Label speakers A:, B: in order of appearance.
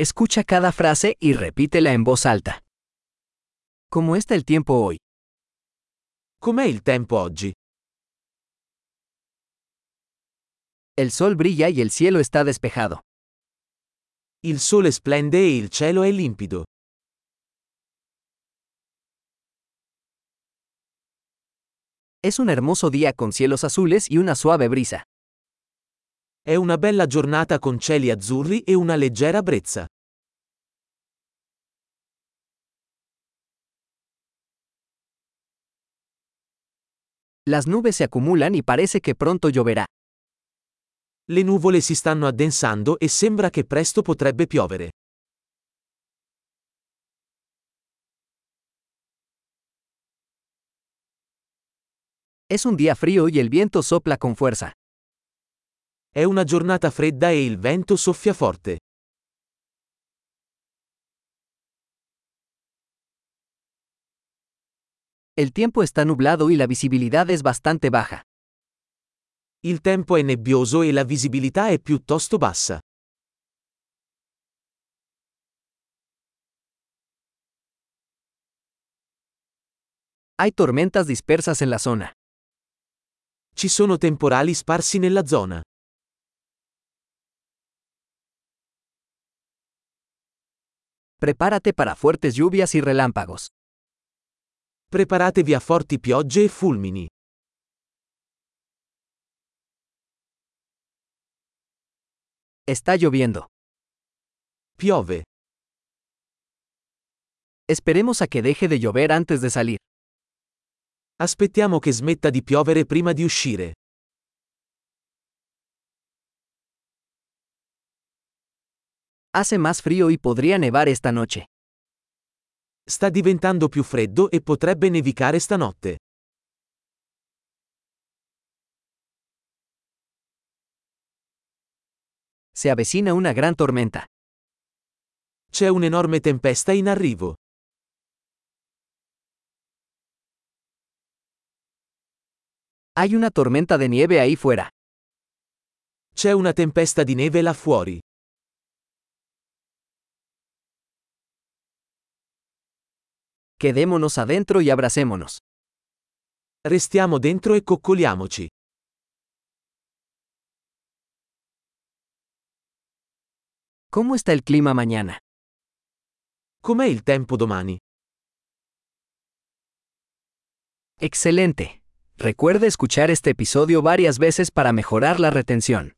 A: Escucha cada frase y repítela en voz alta. ¿Cómo está el tiempo hoy?
B: Com'è il tempo oggi?
A: El sol brilla y el cielo está despejado.
B: Il sole splende e il cielo è limpido.
A: Es un hermoso día con cielos azules y una suave brisa.
B: È una bella giornata con cieli azzurri e una leggera brezza.
A: Las nubes se acumulan y parece que pronto lloverá.
B: Le nuvole si stanno addensando e sembra che presto potrebbe piovere.
A: Es un día frío y el viento sopla con fuerza.
B: È una giornata fredda e il vento soffia forte.
A: El tiempo está nublado y la visibilidad es bastante baja.
B: Il tempo è nebbioso e la visibilità è piuttosto bassa.
A: Hay tormentas dispersas en la zona.
B: Ci sono temporali sparsi nella zona.
A: Prepárate para fuertes lluvias y relámpagos.
B: Preparatevi a forti piogge e fulmini.
A: Está lloviendo.
B: Piove.
A: Esperemos a que deje de llover antes de salir.
B: Aspettiamo che smetta di piovere prima di uscire.
A: Hace más frío y podría nevar esta noche.
B: Sta diventando più freddo e potrebbe nevicare stanotte.
A: Se avecina una gran tormenta.
B: C'è un'enorme tempesta in arrivo.
A: Hay una tormenta de nieve ahí fuera.
B: C'è una tempesta di neve là fuori.
A: Quedémonos adentro y abracémonos.
B: Restiamo dentro e coccoliamoci.
A: ¿Cómo está el clima mañana?
B: Com'è il tempo domani?
A: Excelente. Recuerda escuchar este episodio varias veces para mejorar la retención.